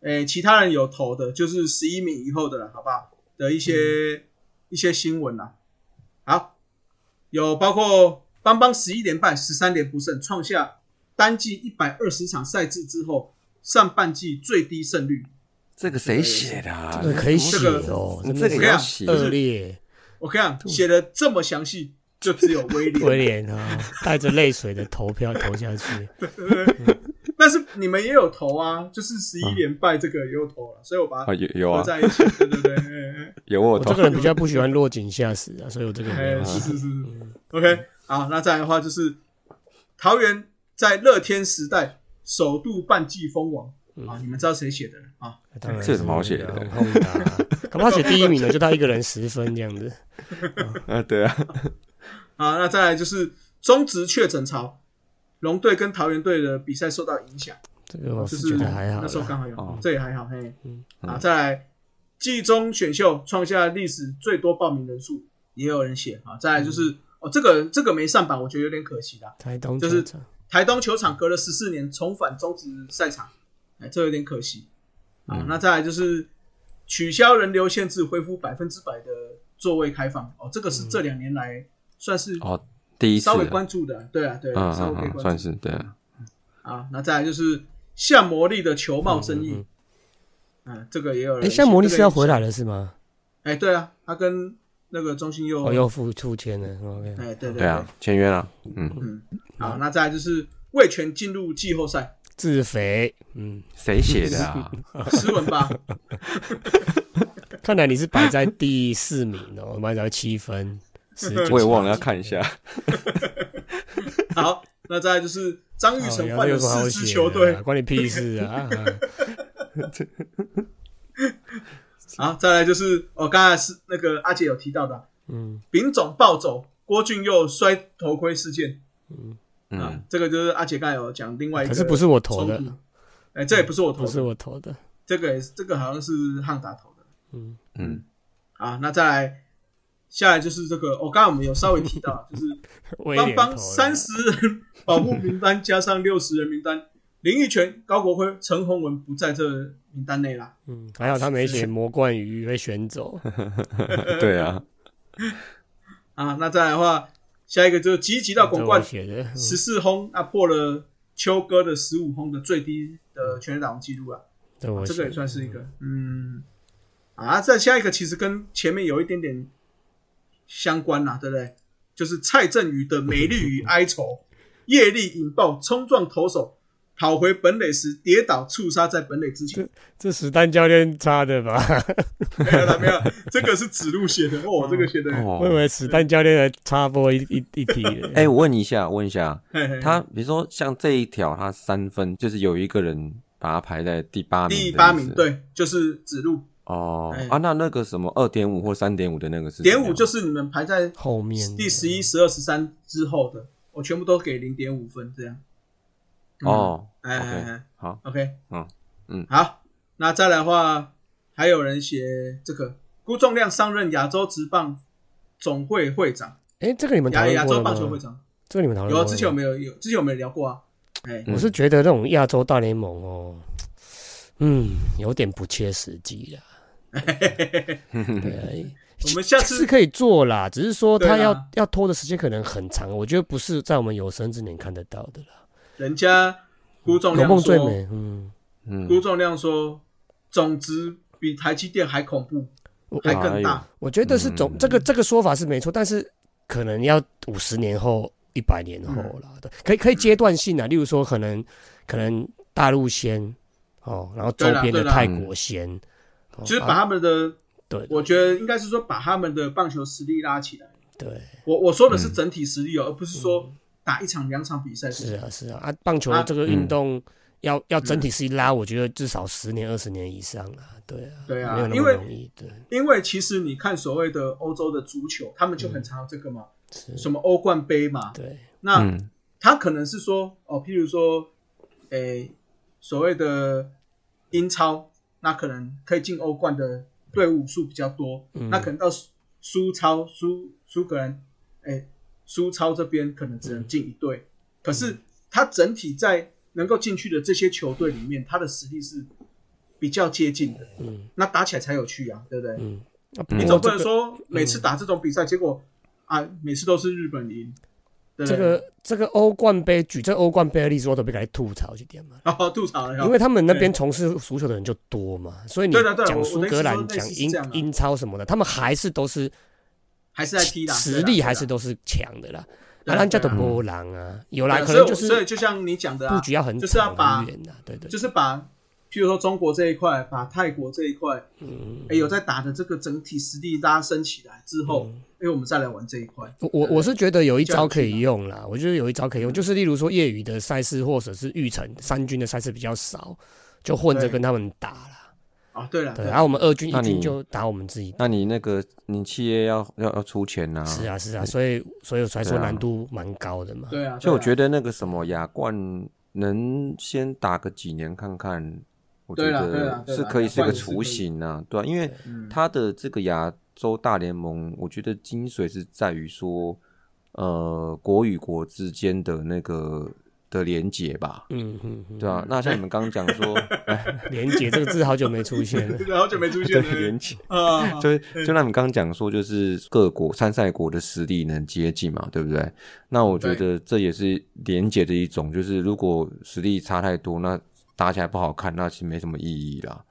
A: 诶、其他人有投的，就是十一名以后的了，好不好？的一些、一些新闻啦。好，有包括邦邦十一连败，十三连不胜，创下单季一百二十场赛制之后上半季最低胜率。
C: 这个谁写的啊？
B: 这个可以
A: 这
B: 写
A: 个
B: 哦，
C: 你
B: 真
C: 这
B: 的
C: 个
B: 是
C: 也要写，
B: 恶劣
A: 我跟你讲，啊写的这么详细，就只有威
B: 威
A: 廉。
B: 廉啊，带着泪水的投票投下去。
A: 但是你们也有投啊，就是十一连败这个也有投了，所以我把它
C: 哦，有有
A: 合
C: 啊，
A: 在一起。对对对，嗯嗯
C: 有我
B: 我
C: 有
B: 这
C: 投
B: 个人比较不喜欢落井下石啊，所嗯以我这个没
A: 哎，
B: 有
A: 是是是，OK，好，那再来的话就是桃园在乐天时代首度半季封王
B: 嗯
A: 啊，你们知道谁写的了啊？
B: 当然
C: 这有什么好写的
B: 是很痛的啊？恐怕写第一名的就他一个人十分这样子。
C: 啊， 对啊，
A: 啊，那再来就是中职确诊潮，龙队跟桃园队的比赛受到影响，
B: 这个我
A: 就是是
B: 觉得还好
A: 那时候
B: 啦。
A: 刚好有，
C: 哦
A: 这也还好，嘿，
B: 嗯
A: 啊，再来季中选秀创下历史最多报名人数，也有人写啊，再来就是、哦，这个这个没上榜，我觉得有点可惜啦。
B: 台东
A: 就是
B: 球场
A: 台东球场隔了十四年重返中职赛场，哎，这有点可惜啊。那再来就是取消人流限制，恢复百分之百的座位开放。哦，这个是这两年来算是
C: 哦，第一次
A: 稍
C: 啊，
A: 微关注的，对啊，对
C: 嗯
A: 啊，稍
C: 嗯
A: 微可以
C: 嗯，
A: 关
C: 算
A: 注
C: 是对啊，
A: 啊。那再来就是夏魔力的球帽生
B: 嗯
A: 意
B: 嗯，
A: 嗯，这个也有人
B: 哎，像魔力是要回
A: 来，
B: 来了是吗？
A: 哎，对啊，他跟那个中心又，
B: 哦，又复出签了，OK，
A: 哎，对对
C: 对啊，签约了，嗯，
A: 嗯，好，那再来就是魏权进入季后 赛，
B: 自肥，嗯，
C: 谁写 的啊？
A: 斯文吧，
B: 看来你是摆在第四名哦，我们才七分，十九
C: 我也忘了要看 一下，
A: 好，那再来就是张玉
B: 哦
A: 成
B: 原来
A: 换
B: 有
A: 了
B: 什么好
A: 四支
B: 写
A: 球
B: 的
A: 队
B: 啊，关你屁事 啊！啊
A: 好，再来就是哦，刚才是那个阿姐有提到的
B: 嗯，
A: 丙总暴走，郭俊佑摔头盔事件啊
C: 嗯，，
A: 这个就是阿姐刚才有讲另外一个，
B: 可是不是我投的，？
A: 哎，这也不是我投
B: 不是
A: 的，
B: 我投的，
A: 这个也是这个好像是汉达投的
B: 嗯，
C: 嗯，
A: 啊。那再来下来就是这个，哦，刚才我们有稍微提到， 就是
B: 威
A: 邦
B: 廉投
A: 邦
B: 的啊
A: 三十人保护名单加上六十人名单，林奕泉、高国辉、陈宏文不在这名单内啦。
B: 嗯，还好他没写魔冠鱼被 选走，
A: 嗯
C: 对啊，
A: 啊，那再来的话，下一个就是积极到
B: 这
A: 广
B: 我
A: 冠
B: 写的，嗯
A: 十四轰，那破了秋哥的十五轰的最低的全垒打王记录啊，
B: 这我
A: 这
B: 写
A: 个
B: 的
A: 也算是一个，嗯，啊，再下一个其实跟前面有一点点相关啦、对不对？就是蔡振宇的美丽与哀 愁，业力引爆冲撞投手，跑回本垒时跌倒触杀在本垒之前，
B: 这史丹教练差的吧？
A: 没有了没有啦，这个是指路写的哦，这个写的，
B: 我以
C: 哦，
B: 为史丹教练来插播一一一题嘞。
C: 哎，我问一下，问一下，
A: 嘿嘿
C: 他比如说像这一条，他三分就是有一个人把他排在第八名，
A: 第八名，，对，就是指路
C: 哦
A: 哎
C: 啊，那那个什么二点五或三点五的那个是
A: 点五，就是是你们排在
B: 后面
A: 第十一、十二、十三之后的，我全部都给零点五分这样。嗯，
C: 哦，
A: 哎哎
C: OK
A: 哎
C: 好，
A: ，OK，
C: 嗯嗯
A: 好，那再来的话，还有人写这个辜仲亮上任亚洲职棒总会会长，
B: 哎，这个你们讨
A: 亚
B: 论
A: 亚
B: 过
A: 洲
B: 了
A: 棒球会
B: 吗？
A: 长，
B: 这个你们讨论
A: 有
B: 过
A: 啊，
B: 了吗
A: 之前有没有有之前有没有聊过啊？哎，
C: 嗯
B: 我是觉得这种亚洲大联盟哦，嗯，有点不切实 际啦。对啊，
A: 我们下
B: 是
A: 次
B: 可以做啦，只是说
A: 对
B: 他要、
A: 啊
B: 要拖的时间可能很长，我觉得不是在我们有生之年看得到的啦。
A: 人 家辜仲
B: 有
A: 亮
B: 梦最
A: 说，
B: 美，嗯，
C: 嗯
A: 辜仲亮说，总值比台积电还恐怖，
B: 我
A: 还更大。
B: 我觉得是总、
C: 嗯
B: 这个这个说法是没错，但是可能要五十年后、一百年后啦，
A: 嗯
B: 对，可以可以阶段性啊，例如说可能可能大陆先哦，然后周
A: 对啦
B: 边的
A: 对啦
B: 泰国先，哦
A: 就是把
B: 啊
A: 他们的，
B: 对
A: 我觉得应该是说把他们的棒球实力拉起来。
B: 对
A: 我我说的
B: 嗯
A: 是整体实力哦，而不是说打一场两场比赛。
B: 是啊是啊啊，棒球
A: 啊
B: 这个运动要、要整
A: 嗯
B: 体是一拉，我觉得至少十年二十年以上啊，对啊，
A: 对
B: 没有
A: 啊，
B: 那
A: 因
B: 么
A: 为
B: 容易，对，
A: 因为其实你看所谓的欧洲的足球，他们就很常有这个嘛，
B: 是，
A: 什么欧冠杯嘛。
B: 对，
A: 那
C: 嗯
A: 他可能是说哦，譬如说，诶，所谓的英超，那可能可以进欧冠的队伍数比较多，
B: 嗯
A: 那可能到苏苏超、苏苏格兰，诶，苏超这边可能只能进一队，可
B: 嗯
A: 是他整体在能够进去的这些球队里面，他的实力是比较接近的，
B: 嗯
A: 那打起来才有趣啊，对不对？
B: 嗯，那
C: 嗯
A: 你
B: 不
A: 总
B: 过
A: 不
B: 这
A: 能
B: 个
A: 说每次打这种比赛，结果啊，每次都是日本赢，对不
B: 这
A: 对？
B: 个这个欧冠杯，举这欧冠杯的例子，我都被给他吐槽一点嘛。
A: 然后吐槽了，
B: 因为他们那边从事足球的人就多嘛，所以你
A: 对的对的
B: 讲
A: 我
B: 苏
A: 我的意思说
B: 格兰、
A: 类似
B: 讲
A: 是
B: 英
A: 这样啊
B: 英超什么的，他们还是都是
A: 还是在踢啦，
B: 实力还是
A: 都
B: 都是强的啦。
A: 对
B: 啊，
A: 啊
B: 人家
A: 对
B: 的
A: 啊
B: 波浪啊，有
A: 对
B: 啦，
A: 啊
B: 可
A: 所以
B: 能
A: 我
B: 就
A: 所以
B: 是
A: 就像你讲的
B: 布
A: 啊，
B: 局要很
A: 就是要
B: 长
A: 把
B: 很远呐，啊对对，
A: 就是把譬如说中国这一块，把泰国这一块，
B: 嗯，
A: 哎，有在打的这个整体实力拉升起来之后，
B: 嗯
A: 哎，我们再来玩这一块，
B: 我我我是觉得有一
A: 这样嗯
B: 招可
A: 去
B: 以
A: 吧
B: 用啦，我觉得有一招可以用，就是例如说业余的赛事或者是育成三军的赛事比较少，就混着
A: 对
B: 跟他们打啦。
A: 哦，对了，
B: 对，啊
A: 对
B: 然后我们二军
C: 那
B: 一
C: 你
B: 军就打我们自己
C: 那你那个你企业要要要出钱呐、
B: 是啊，是啊，所以所以我才说
C: 对啊
B: 难度蛮高的嘛。
A: 对啊，
C: 所以我觉
A: 得
C: 得那个什么亚冠能先打个几年看看，我觉
A: 对啦对
C: 得
A: 啦对啦
C: 是可以是
A: 亚
C: 个
A: 冠也是
C: 雏形啊，对啊，因为
A: 嗯
C: 它的这个亚洲大联盟，我觉得精髓是在于说，呃，国与国之间的那个的连结吧，
B: 嗯嗯嗯，
C: 对啊，那像你们刚刚讲 说
B: 连结这个字好久没出现 了，
A: 好久没出现
C: 对
A: 了
C: 连结，
A: 啊，
C: 就就那你们刚刚讲说，就是各国参赛国的实力能接近嘛，对不对？那我觉得这也是连结的一种，就是如果实力差太多，那打起来不好看，那其实没什么意义啦。
A: 嗯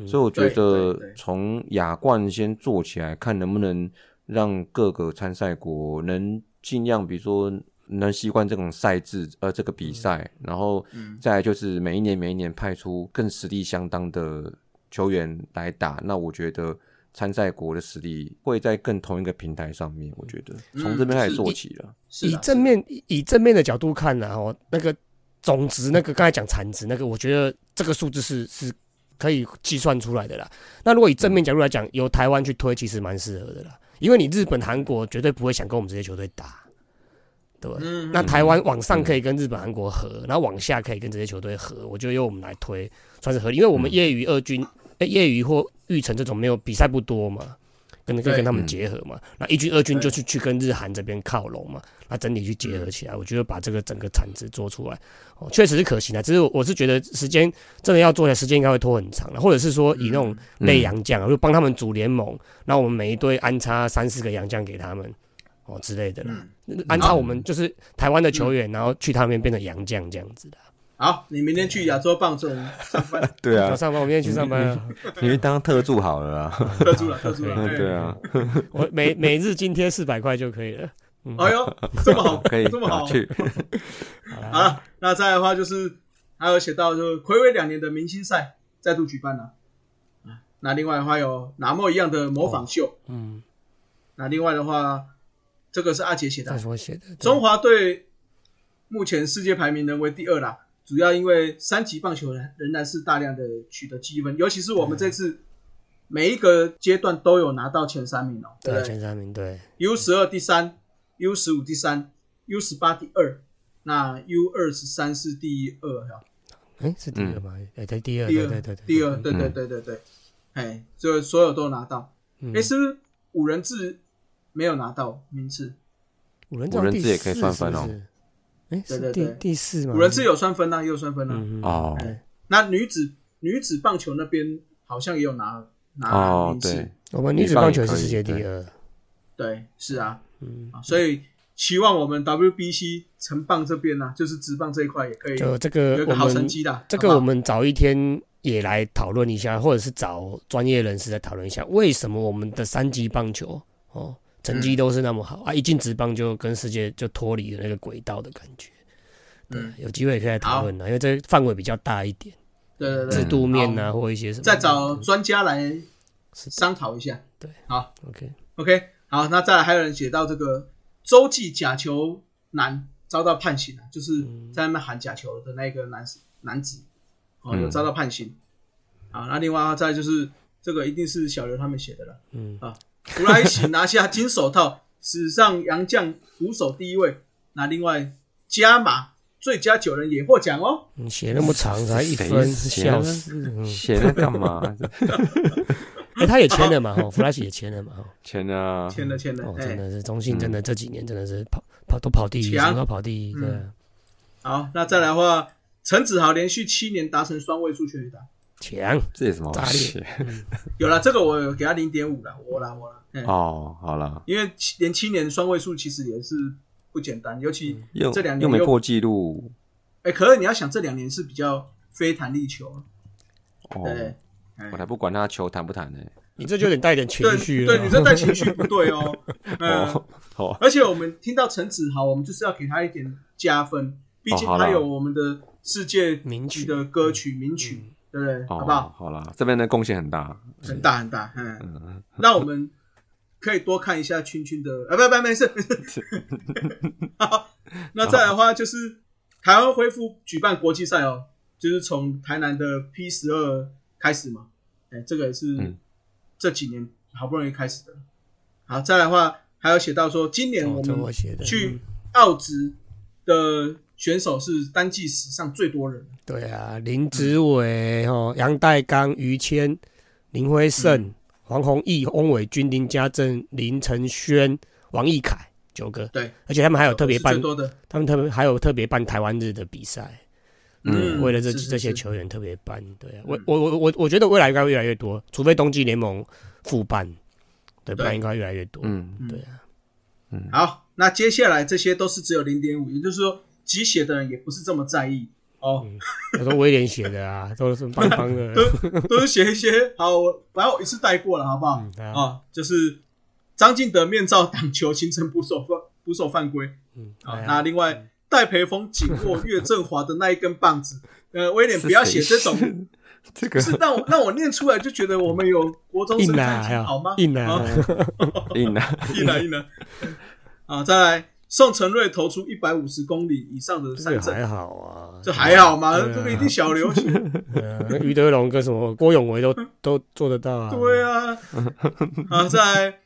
B: 嗯
C: 所以我觉
A: 对
C: 得
A: 对对
C: 从亚冠先做起来，看能不能让各个参赛国能尽量，比如说能习惯这种赛制，呃，这个比赛，
A: 嗯
C: 然后再来就是每一年每一年派出更实力相当的球员来打，那我觉得参赛国的实力会在更同一个平台上面，我觉得
A: 嗯
C: 从这边开始做起了。
A: 是
B: 以
A: 啊
B: 正面以以正面的角度看呢、哦，那个种值，那个刚才讲产值，那个我觉得这个数字是是可以计算出来的啦。那如果以正面角度来讲，由台湾去推，其实蛮适合的啦，因为你日本、韩国绝对不会想跟我们这些球队打，对吧？
A: 嗯，
B: 那台湾往上可以跟日本、韩国合，然后往下可以跟这些球队合，我觉得由我们来推算是合理，因为我们业余二
A: 嗯
B: 军、诶业余或育成这种没有比赛不多嘛，跟可以
A: 对
B: 跟他们
C: 嗯
B: 结合嘛。那一军、二军
A: 对
B: 就去去跟日韩这边靠拢嘛，那整体去结合起来，我觉得把这个整个产值做出来，哦，确实是可行的。只是我是觉得时间真的要做起来，时间应该会拖很长了，或者是说以那种
A: 嗯
B: 类洋将啊，就帮他们组联盟，那我们每一队安插三四个洋将给他们。哦之类的
A: 嗯
B: 啦，安插我们就是台湾的球员，然后去他那边变成洋将这样子的。
A: 好，你明天去亚洲棒球上班，
C: 对
B: 早，上班，我明天去上班 啊。
C: 因为当特助好了 啊啦。
A: 特助了，特助了，
B: 可
C: 对啊，
B: 我每每日津贴四百块就可以了。
A: 哎呦，这么好，
C: 可以
A: 这么好
C: 打，去。
A: 好了，那再来的话就是还有写到就是暌违两年的明星赛再度举办了、啊那另外的话有拿莫一样的模仿秀，
B: 嗯，
A: 那另外的话这个是阿杰写的
B: 那
A: 啊，
B: 是我写的。
A: 中华队目前世界排名仍为第二啦，主要因为三级棒球仍仍然是大量的取得积分，尤其是我们这次每一个阶段都有拿到前三名哦，对
B: 对
A: 不对
B: 前三名，对
A: U 十二第三，U 十五第三，U 十八第二，那 U 二十三是第二哈，
B: 哎是第二吗？哎对第二，
A: 嗯第
B: 对
A: 二
B: 对对对，
A: 第二，对对
C: 嗯
A: 对对对，哎，就所有都拿到。
B: 嗯
A: 哎，是不是五人制没有拿到名次？
B: 五人制好像
C: 五人制
B: 第
C: 也可以
B: 四
C: 算分哦
B: 是不是。哎
A: 对
B: 是
A: 对
B: 第
A: 对
B: 第四吗？
A: 五人制有三分呐、啊也有三分呐、
B: 啊嗯嗯
C: 哦
A: 那女子女子棒球那边好像也有拿拿
C: 哦
A: 名，次，
C: 对，
B: 我们女子棒球是世界第二。
A: 对，是啊，
B: 嗯，
A: 啊所以期望我们 WBC 成棒这边呢、啊就是职棒这一块也可以
B: 就这
A: 有
B: 个
A: 一个
B: 我
A: 好
B: 们
A: 成绩的。
B: 这
A: 好
B: 个
A: 不好
B: 我们早一天也来讨论一下，或者是找专业人士来讨论一下，为什么我们的三级棒球哦成绩都是那么
A: 嗯
B: 好、啊，一进职棒就跟世界就脱离了那个轨道的感觉。对，
A: 嗯
B: 有机会也可以来讨论啦，啊因为这范围比较大一点，
A: 对对对
B: 制，度面啊，
A: 嗯好
B: 或一些什么的。
A: 再找专家来
B: 是
A: 商讨一下。
B: 对，
A: 好
B: OK，
A: ，OK，好，那再来还有人写到这个洲际假球男遭到判刑了，啊就是
B: 嗯
A: 在那边喊假球的那个男子男子，哦，
C: 嗯
A: 有遭到判刑。啊，那另外再来就是这个一定是小刘他们写的啊了
B: 嗯，
A: 弗莱奇拿下金手套，史上洋将鼓手第一位。那另外加码最佳九人也获奖哦。
B: 你嗯写那么长才一
C: 谁
B: 分，
C: 写
B: 笑
C: 到
B: 死！嗯
C: 写那干嘛？
B: 哎，他也签了嘛，哦，Flash 也签了嘛，哦
C: 钱啊，
A: 签了签了，
B: 哦，
A: 哎、
B: 真的是中信，真的这几年真的是跑跑都跑第一，
A: 强嗯
B: 什么都跑第一，对啊，
A: 好，那再来的话，陈子豪连续七年达成双位数全垒打，
B: 强，
C: 这有什么好
B: 炸裂
C: 写？
A: 有了这个我有给他零点五了，我啦我啦，哎、
C: 哦，好啦，
A: 因为七连七年双位数其实也是不简单，尤其
C: 又
A: 这两
C: 又
A: 年
C: 没
A: 又
C: 破纪录
A: 哎、可是你要想这两年是比较非弹力球，
C: 哦，
A: 对，
C: 我才不管他球弹不弹呢。
B: 你这就有点带一点情
A: 对
C: 啊
B: 绪了。
A: 对，你这带情绪不对哦， 嗯、
C: 哦哦，
A: 而且我们听到陈子豪，我们就是要给他一点加分，毕竟
C: 哦好啦
A: 他有我们的世界
B: 名
A: 级
B: 曲
A: 的歌曲名曲，对不对？
C: 哦
A: 好不好？
C: 好啦，这边的贡献很大。
A: 很大很大，嗯，那我们可以多看一下圈圈的，啊，不不，没 事。没事好，那再来的话就是台湾恢复举办国际赛哦，就是从台南的 P 十二开始嘛，哎，这个也是
C: 嗯
A: 这几年好不容易开始的。好，再来的话还有写到说，今年
B: 哦
A: 我
B: 这
A: 们
B: 我写的
A: 去澳职的选手是单季史上最多人，
B: 对啊，林子伟、
A: 嗯
B: 哦，杨代刚、于谦、林
A: 嗯
B: 辉胜、黄宏毅、翁伟君、林家正、林承轩、王义凯，九个，
A: 对，
B: 而且他们还有哦特别
A: 是
B: 办
A: 最，多的，
B: 他们特别还有特别办台湾日的比赛，
C: 嗯
B: 为了这
A: 是是
B: 这些
A: 是嗯
B: 球员特别办，对啊，我我我我我觉得未来应该会越来越多，除非冬季联盟复办，对，不然
A: 对
B: 应该越来越多，
C: 嗯，
B: 对啊，
A: 好，那接下来这些都是只有零点五，也就是说，集血的人也不是这么在意哦，
B: 有时候威廉写的啊，都是棒棒的，
A: 都是写一些好，我反正我一次带过了，好不好？
B: 嗯
A: 啊、
B: 啊，
A: 就是张敬德面罩挡球，形成捕手犯捕手犯规
B: 嗯，
A: 啊、
B: 哎呀
A: 那另外，戴培峰紧握岳振华的那一根棒 子，呃，威廉不要写这种，
C: 这个
A: 不是让我让我念出来就觉得我们有国中生
B: 硬
A: 看
B: 啊，
A: 起
B: 还
A: 来
B: 有
A: 好吗？
B: 硬
A: 啊
B: 啊，
C: 硬啊，
A: 一来一来，啊，再来，宋承瑞投出一百五十公里以上的
B: 这个
A: 三振，
B: 还好啊，
A: 这还好嘛？
B: 对啊
A: 这个一定小流 行，
B: 对啊，那于德龙跟什么郭永 维都都做得到啊，
A: 对啊，啊，再来，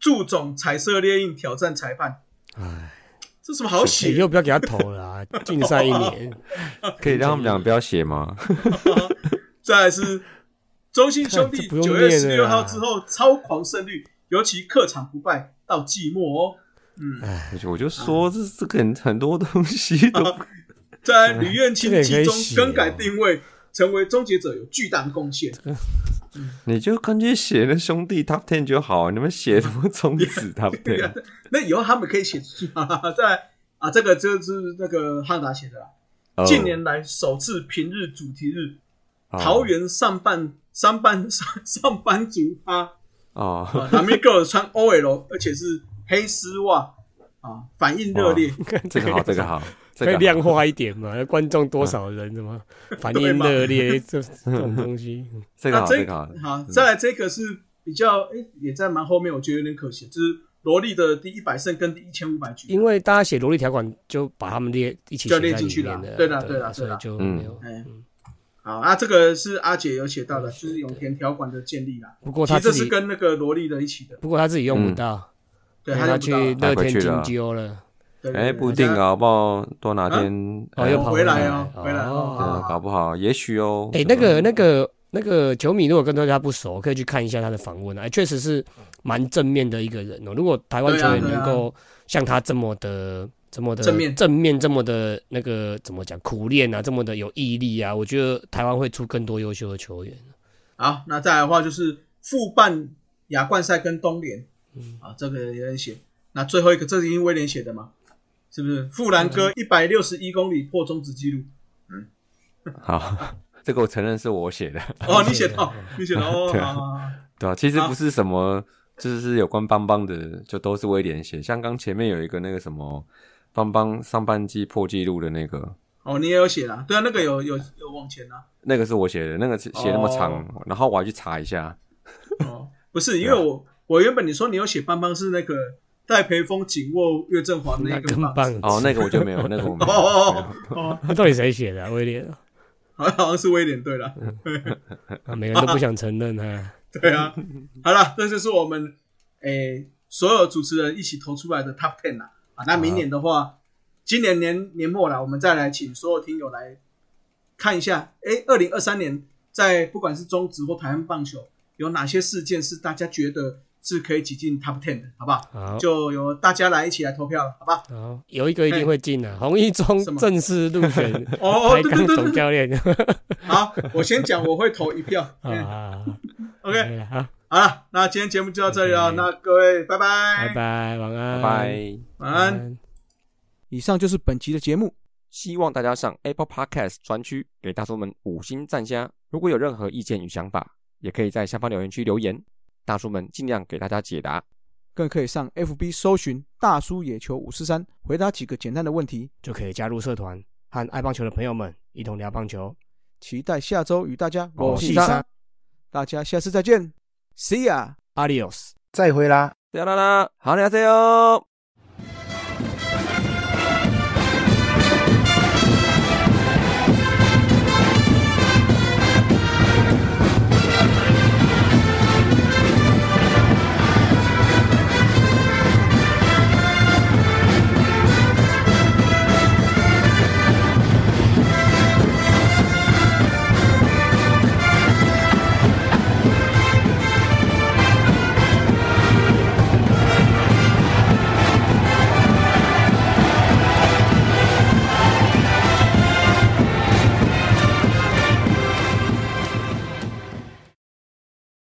A: 祝总彩色猎印挑战裁判，
B: 哎，
A: 这什么好
B: 哎
A: 写？
B: 又不要给他投了 啊，禁赛一年，
A: 哦
C: 可以让他们俩不要写吗？
A: 再来是中信兄弟
B: 这不用
A: 九月十
B: 念了
A: 六
B: 啦
A: 号之后超狂胜率，尤其客场不败到季末哦。
C: 而且我就
A: 嗯
C: 说这这个很很多东西都
A: 在吕彦
B: 这
A: 青
B: 个也可
A: 季
B: 以
A: 中
B: 写
A: 更改
B: 哦
A: 定位，成为终结者有巨大的贡献。
C: 你就干脆写那兄弟 Top Ten 就好，你们写什 么种子 Top
A: 对呀
C: Ten？，
A: 那以后他们可以写出去 啊。再来啊，这个就是那个汉达写的啦。
B: 哦
A: 近年来首次平日主题日，
C: 哦
A: 桃园上半上半 上上班族啊，
C: 哦，
A: 啊，Amigo 穿 OL，而且是黑丝袜啊，反应热烈。
C: 这个好，这个 好，这
B: 可
C: 个
B: 以
C: 好
B: 量化一点嘛？观众多少人什 么反应热烈，这这种东西，
C: 这个
A: 那啊
C: 好，
A: 这
C: 这个好，嗯
A: 好，再来这个是比较诶、也在蛮后面，我觉得有点可惜，就是罗莉的第一百胜跟第一千五百局。
B: 因为大家写萝莉条款就把他们列一起
A: 就
B: 写
A: 列
B: 在
A: 进去
B: 里
A: 了
B: 面的，
A: 对啦对
B: 对
A: 啦对
B: 所
A: 啦
B: 以就
C: 嗯嗯
B: 没有。
A: 哎、好啊，这个是阿姐有写到的，就是永田条款的建立啦。
B: 不过
A: 其
B: 他
A: 实这
B: 自
A: 是
B: 己，
A: 跟那个罗莉的一起的，
B: 不过他自己用不到，
A: 对，
B: 因为
A: 他
B: 哎他
A: 就
B: 去
A: 不到了
B: 乐
C: 他回
B: 天
C: 去
B: 金
C: 了啊
B: 鸠了，
A: 对对
C: 哎，
A: 对
C: 不定
A: 人家
C: 啊，好不好？多哪天
B: 哦，
C: 哎
B: 又
A: 哦
B: 跑
A: 回来
B: 哦
A: 哦，回来哦
C: 呃搞不好，也许哦。
B: 哎、那个、那个、那个球迷，如果跟大家不熟，可以去看一下他的访问啊，哎确实是蛮正面的一个人哦。如果台湾
A: 对
B: 球
A: 啊
B: 员
A: 对
B: 能
A: 啊
B: 够像他这么的、这么的
A: 正面
B: 正面、这么的那个怎么讲苦练啊，这么的有毅力啊，我觉得台湾会出更多优秀的球员。
A: 好，那再来的话就是复办亚冠赛跟东联，
C: 嗯
A: 啊，这个有人写。那最后一个，这是因为威廉写的嘛？是不是？富兰
C: 嗯
A: 哥一百六十一公里破中止纪录。
C: 好，这个我承认是我写的，
A: 哦，你写的，哦你写的哦。
C: 嗯 对
A: 好
C: 啊
A: 好好
C: 对吧？其实
B: 啊
A: 好
C: 不是什么，就是有关邦邦的，就都是威廉写。像刚前面有一个那个什么邦邦上半季破纪录的那个，
A: 哦，你也有写啦。对啊，那个有有有往前啊啦。
C: 那个是我写的，那个是写那么长，
B: 哦
C: 然后我还去查一下。
A: 哦，不是，
C: 啊
A: 因为我我原本你说你有写邦邦是那个戴培峰紧握岳振华的那
B: 那
A: 一根
B: 更
A: 棒
B: 棒
A: 子。！
C: 哦，那个我就没有，那个我没
A: 哦
C: 有。
A: 哦哦哦，
B: 那到底谁写的、啊？威廉
A: 好像好像是威廉对了。
B: 啊，每个人都不想承认啊。
A: 对啊，好了，这就是我们诶、所有主持人一起投出来的 Top Ten 啦。啊，那明年的话，今年年年末啦，我们再来请所有听友来看一下，诶、2二零二三年在不管是中职或台湾棒球，有哪些事件是大家觉得是可以挤进 Top Ten 的，好不好？
B: 好，
A: 就由大家来一起来投票了，好不 好？
B: 好，有一个一定会进的、啊，洪一中
A: 什么
B: 正式入选
A: 哦
B: 台
A: 哦，对对
B: 钢
A: 对
B: 总
A: 对，
B: 教练
A: 好，我先讲，我会投一票。嗯
B: 啊。
A: ，OK，
B: 对啊，
A: 好了，那今天节目就到这里了，
B: OK
A: 那各位拜
B: 拜
A: 拜，
B: 拜，晚安，
C: 拜拜。
A: 晚安。。以上就是本集的节目。
C: 希望大家上 Apple Podcast 专区给大叔们五星赞加。如果有任何意见与想法，也可以在下方留言区留言，大叔们尽量给大家解答。
A: 更可以上 FB 搜寻“大叔野球五四三”，回答几个简单的问题。
B: 就可以加入社团，和爱棒球的朋友们一同聊棒球。
A: 期待下周与大家
C: 我
A: 我
C: 是
A: 是
C: 三
A: 三，大家下次再见，See ya。
B: Adios。
D: 再会啦。
C: 啦啦啦，好，你好，加油！